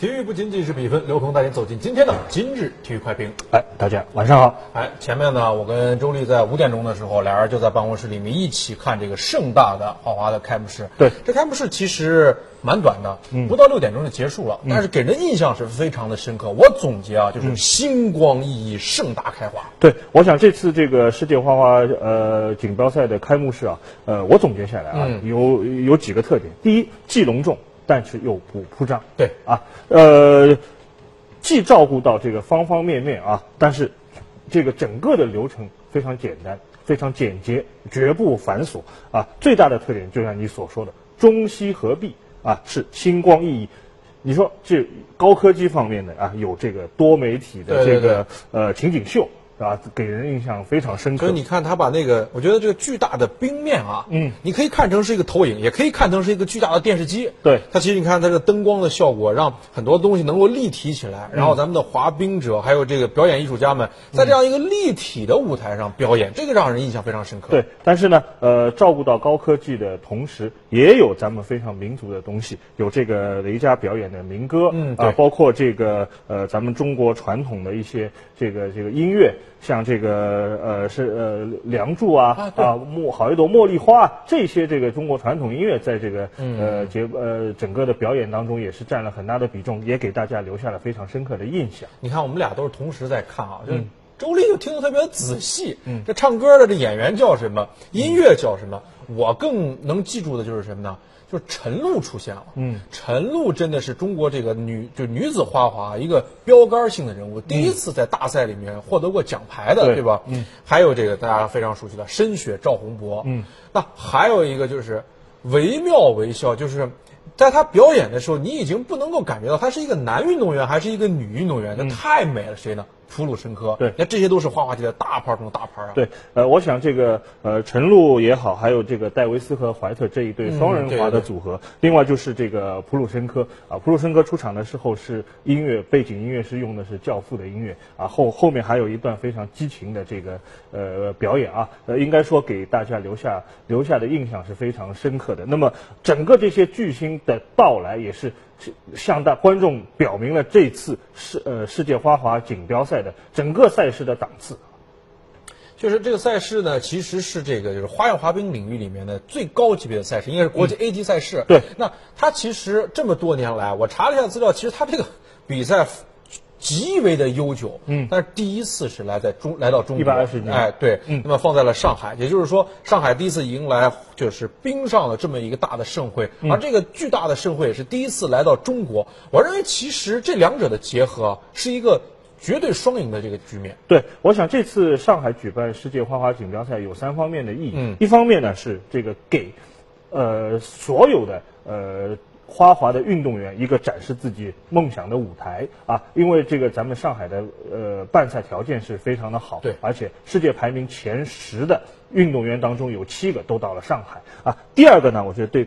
体育不仅仅是比分，刘鹏带您走进今天的今日体育快评。哎，大家晚上好。哎，前面呢，我跟周丽在五点钟的时候，俩人就在办公室里面一起看这个盛大的豪华的开幕式。对这开幕式其实蛮短的，不到六点钟就结束了，但是给人印象是非常的深刻。我总结啊，就是星光熠熠，盛大开花。对，我想这次这个世界花花呃锦标赛的开幕式啊，呃，我总结下来啊，有有几个特点。第一，既隆重，但是又不铺张。对啊，呃，既照顾到这个方方面面啊，但是这个整个的流程非常简单，非常简洁，绝不繁琐啊。最大的特点就像你所说的，中西合璧啊，是星光熠熠。你说这高科技方面的啊，有这个多媒体对的对这个呃情景秀啊，给人印象非常深所以刻。你看他把那个，我觉得这个巨大的冰面啊，嗯，你可以看成是一个投影，也可以看成是一个巨大的电视机。对它其实你看它的灯光的效果，让很多东西能够立体起来。嗯然后咱们的滑冰者还有这个表演艺术家们，在这样一个立体的舞台上表演，这个让人印象非常深刻。，对，但是呢，呃，照顾到高科技的同时，也有咱们非常民族的东西，有这个雷佳表演的民歌，嗯啊、对包括这个呃，咱们中国传统的一些这个这个音乐，像这个呃是呃《梁祝》啊啊对茉好一朵茉莉花》啊这些这个中国传统音乐，在这个嗯呃节呃整个的表演当中也是占了很大的比重，也给大家留下了非常深刻的印象。你看我们俩都是同时在看啊，嗯就是周丽就听得特别仔细。这唱歌的这演员叫什么？音乐叫什么？我更能记住的就是什么呢？就是陈露出现了。嗯，陈露真的是中国这个女就女子花滑一个标杆性的人物，第一次在大赛里面获得过奖牌的，嗯对对吧？嗯，还有这个大家非常熟悉的申雪赵宏博。嗯，那还有一个就是惟妙惟肖，就是。在他表演的时候，你已经不能够感觉到他是一个男运动员还是一个女运动员，那太美了。谁呢？普鲁申科。对那这些都是花滑界的大牌中的大牌啊。，对，呃，我想这个呃，陈露也好，还有这个戴维斯和怀特这一对双人嗯对滑对的组合，另外就是这个普鲁申科啊，普鲁申科出场的时候是音乐背景音乐是用的是《教父》的音乐啊，后后面还有一段非常激情的这个呃表演啊，呃，应该说给大家留下留下的印象是非常深刻的。那么整个这些巨星的到来也是。是向大观众表明了这次世呃世界花滑锦标赛的整个赛事的档次。就是这个赛事呢，其实是这个就是花样滑冰领域里面的最高级别的赛事，应该是国际 A 级赛事。嗯对那它其实这么多年来，我查了一下资料，其实它这个比赛极为的悠久。嗯，但是第一次是来在中来到中国， 120年嗯哎，对，那么放在了上海，也就是说，上海第一次迎来就是冰上的这么一个大的盛会，嗯而这个巨大的盛会也是第一次来到中国。我认为其实这两者的结合是一个绝对双赢的这个局面。对，我想这次上海举办世界花滑锦标赛有三方面的意义。嗯一方面呢是这个给，呃，所有的呃花滑的运动员一个展示自己梦想的舞台啊，因为这个咱们上海的呃办赛条件是非常的好，对而且世界排名前十的运动员当中有七个都到了上海啊。第二个呢，我觉得对。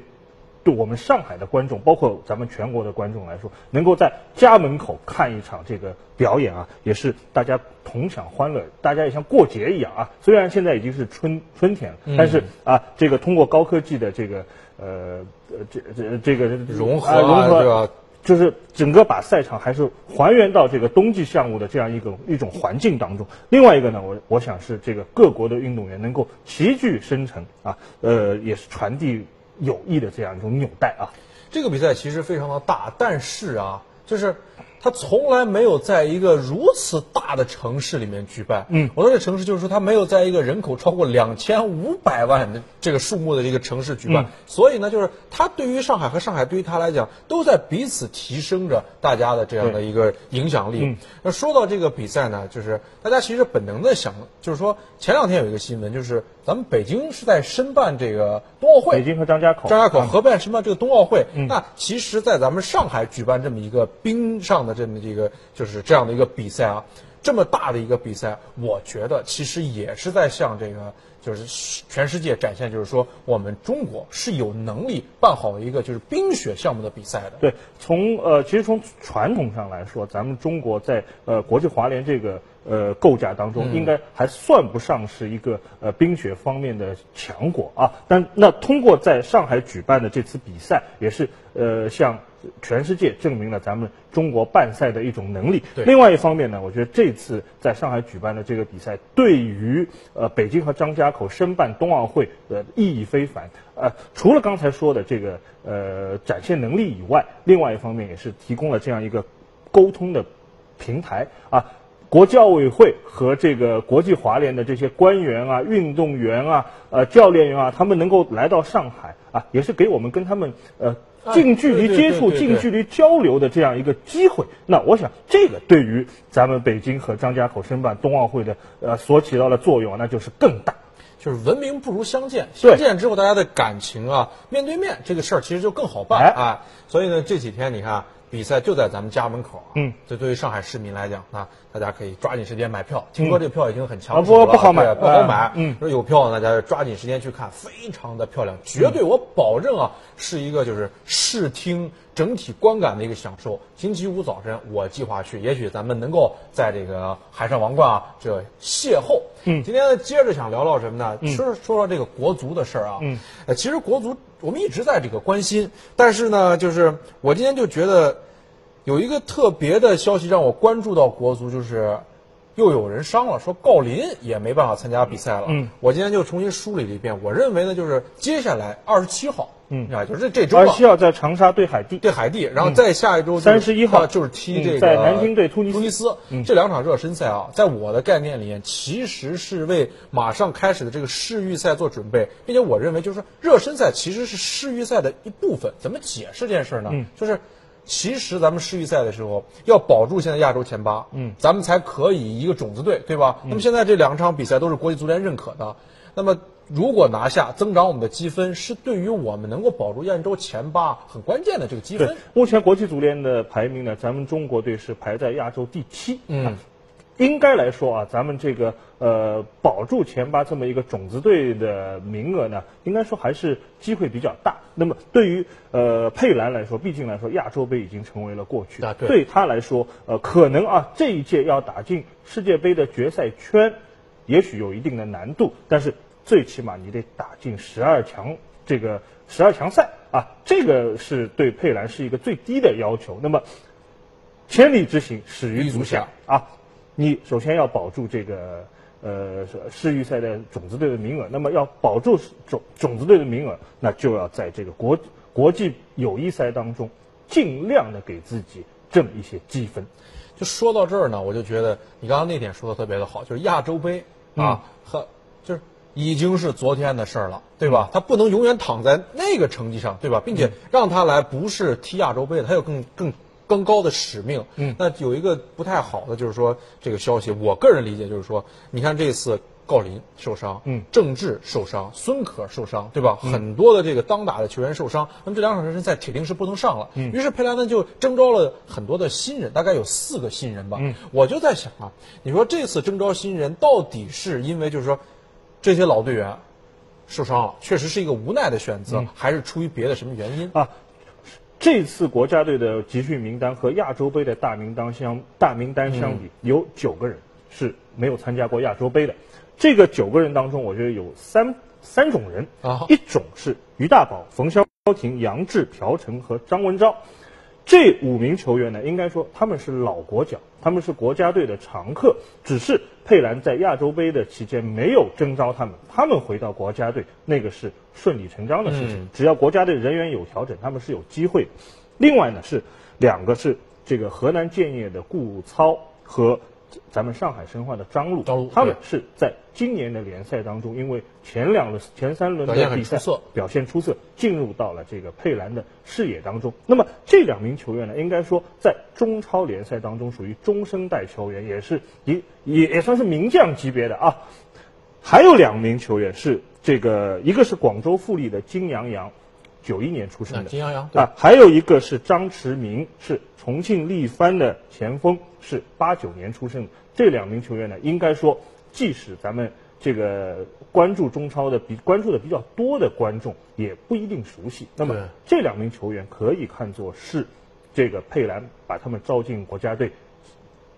对我们上海的观众，包括咱们全国的观众来说，能够在家门口看一场这个表演啊，也是大家同享欢乐，大家也像过节一样啊。虽然现在已经是春春天了，嗯但是啊，这个通过高科技的这个呃呃这这这个融合啊啊融这合个，就是整个把赛场还是还原到这个冬季项目的这样一种一种环境当中。另外一个呢，我我想是这个各国的运动员能够齐聚深城啊，呃，也是传递友谊的这样一种纽带啊。这个比赛其实非常的大，但是啊，就是它从来没有在一个如此大的城市里面举办。嗯，我说这城市就是说它没有在一个人口超过两千五百万的这个数目的这个城市举嗯办，所以呢，就是它对于上海和上海对于它来讲，都在彼此提升着大家的这样的一个影响力。嗯那说到这个比赛呢，就是大家其实本能的想，就是说前两天有一个新闻，就是咱们北京是在申办这个冬奥会，北京和张家口，张家口合办申办这个冬奥会，那其实，在咱们上海举办这么一个冰上的这么一个就是这样的一个比赛啊，这么大的一个比赛，我觉得其实也是在向这个。就是全世界展现，就是说我们中国是有能力办好一个就是冰雪项目的比赛的。对，从呃，其实从传统上来说，咱们中国在呃国际滑联这个呃构架当中，应该还算不上是一个呃冰雪方面的强国啊。但那通过在上海举办的这次比赛，也是呃向全世界证明了咱们中国办赛的一种能力。对另外一方面呢，我觉得这次在上海举办的这个比赛，对于呃北京和张家口申办冬奥会的意义非凡。呃，除了刚才说的这个呃展现能力以外，另外一方面也是提供了这样一个沟通的平台啊。国际奥委会和这个国际滑联的这些官员啊、运动员啊、呃教练员啊，他们能够来到上海啊，也是给我们跟他们呃哎近距对离对接对触、对近对距离交流的这样一个机会。那我想，这个对于咱们北京和张家口申办冬奥会的呃所起到的作用啊，那就是更大。就是文明不如相见，相对见之后大家的感情啊，面对面这个事儿其实就更好办哎啊。所以呢，这几天你看比赛就在咱们家门口啊。嗯，这对于上海市民来讲啊，大家可以抓紧时间买票。听说这个票已经很抢啊手了，不不好买对不好买哎。嗯说有票呢，大家抓紧时间去看，非常的漂亮，绝嗯对我保证啊，是一个就是视听整体观感的一个享受。星期五早晨我计划去，也许咱们能够在这个海上王冠啊这邂逅。嗯，今天呢接着想聊聊什么呢？嗯说说说这个国足的事儿啊。嗯，呃，其实国足我们一直在这个关心，但是呢，就是我今天就觉得有一个特别的消息让我关注到国足，就是又有人伤了，说郜林也没办法参加比赛了。嗯，我今天就重新梳理了一遍，我认为呢，就是接下来二十七号，嗯啊，就是这这周而吧西要在长沙对海地，对海地，然后再下一周31号啊就是踢这个嗯在南京对突尼斯突尼斯这两场热身赛啊，在我的概念里面，其实是为马上开始的这个世预赛做准备，并且我认为就是热身赛其实是世预赛的一部分。怎么解释这件事儿呢？就是。其实咱们世预赛的时候要保住现在亚洲前八，嗯，咱们才可以一个种子队，对吧？那么现在这两场比赛都是国际足联认可的，那么如果拿下增长我们的积分，是对于我们能够保住亚洲前八很关键的这个积对分。，目前国际足联的排名呢，咱们中国队是排在亚洲第七。嗯啊，应该来说啊，咱们这个呃保住前八这么一个种子队的名额呢，应该说还是机会比较大。那么对于呃佩兰来说，毕竟来说亚洲杯已经成为了过去，啊对他来说，呃可能啊这一届要打进世界杯的决赛圈，也许有一定的难度，但是最起码你得打进十二强这个十二强赛啊，这个是对佩兰是一个最低的要求。那么千里之行，始于足下啊！你首先要保住这个呃是世预赛的种子队的名额，那么要保住种种子队的名额，那就要在这个国国际友谊赛当中尽量的给自己挣一些积分。就说到这儿呢，我就觉得你刚刚那点说的特别的好，就是亚洲杯啊和就是已经是昨天的事儿了，对吧？他不能永远躺在那个成绩上，对吧？并且让他来不是踢亚洲杯的，他有更更。更高的使命，嗯，那有一个不太好的就是说这个消息，我个人理解就是说，你看这次郜林受伤，嗯，郑智受伤，孙可受伤，对吧？很多的这个当打的球员受伤，那么这两场热身赛铁定是不能上了。于是佩莱呢就征召了很多的新人，大概有四个新人吧。我就在想啊，你说这次征召新人到底是因为就是说这些老队员受伤了，确实是一个无奈的选择，还是出于别的什么原因？啊。这次国家队的集训名单和亚洲杯的大名单相大名单相比，有九个人是没有参加过亚洲杯的。这个九个人当中，我觉得有三三种人啊一种是于大宝、冯潇霆、杨智、朴成和张文钊。这五名球员呢，应该说他们是老国脚，他们是国家队的常客，只是佩兰在亚洲杯的期间没有征召他们，他们回到国家队那个是顺理成章的事情。嗯只要国家队人员有调整，他们是有机会的。另外呢是两个是这个河南建业的顾操和咱们上海申花的张璐，张璐他们对是在今年的联赛当中，因为前两轮、前三轮表的现很比赛出色表现出色，进入到了这个佩兰的视野当中。那么这两名球员呢，应该说在中超联赛当中属于中生代球员，也是也也也算是名将级别的啊。还有两名球员是这个，一个是广州富力的金洋洋，九一年出生那的，金洋洋对啊，还有一个是张驰明，是重庆力帆的前锋，是八九年出生的。这两名球员呢，应该说，即使咱们这个关注中超的比关注的比较多的观众也不一定熟悉。那么对这两名球员可以看作是这个佩兰把他们招进国家队，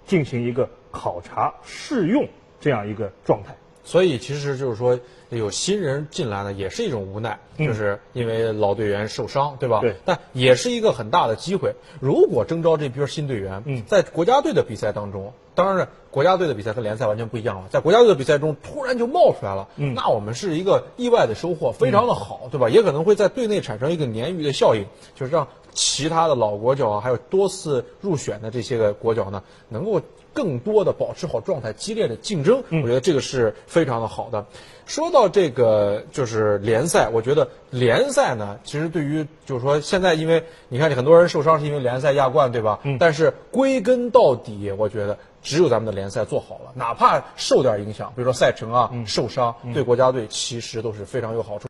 进行一个考察试用这样一个状态。所以其实就是说，有新人进来呢，也是一种无奈，就是因为老队员受伤，对吧？嗯对但也是一个很大的机会。如果征召这批新队员，嗯在国家队的比赛当中，当然了，国家队的比赛和联赛完全不一样了，在国家队的比赛中突然就冒出来了，嗯那我们是一个意外的收获，非常的好，对吧？也可能会在队内产生一个鲶鱼的效应，就是让其他的老国脚啊，还有多次入选的这些个国脚呢，能够更多的保持好状态，激烈的竞争，我觉得这个是非常的好的。说到这个就是联赛，我觉得联赛呢，其实对于就是说现在，因为你看很多人受伤是因为联赛亚冠，对吧？嗯。但是归根到底，我觉得只有咱们的联赛做好了，哪怕受点影响，比如说赛程啊、受伤，对国家队其实都是非常有好处。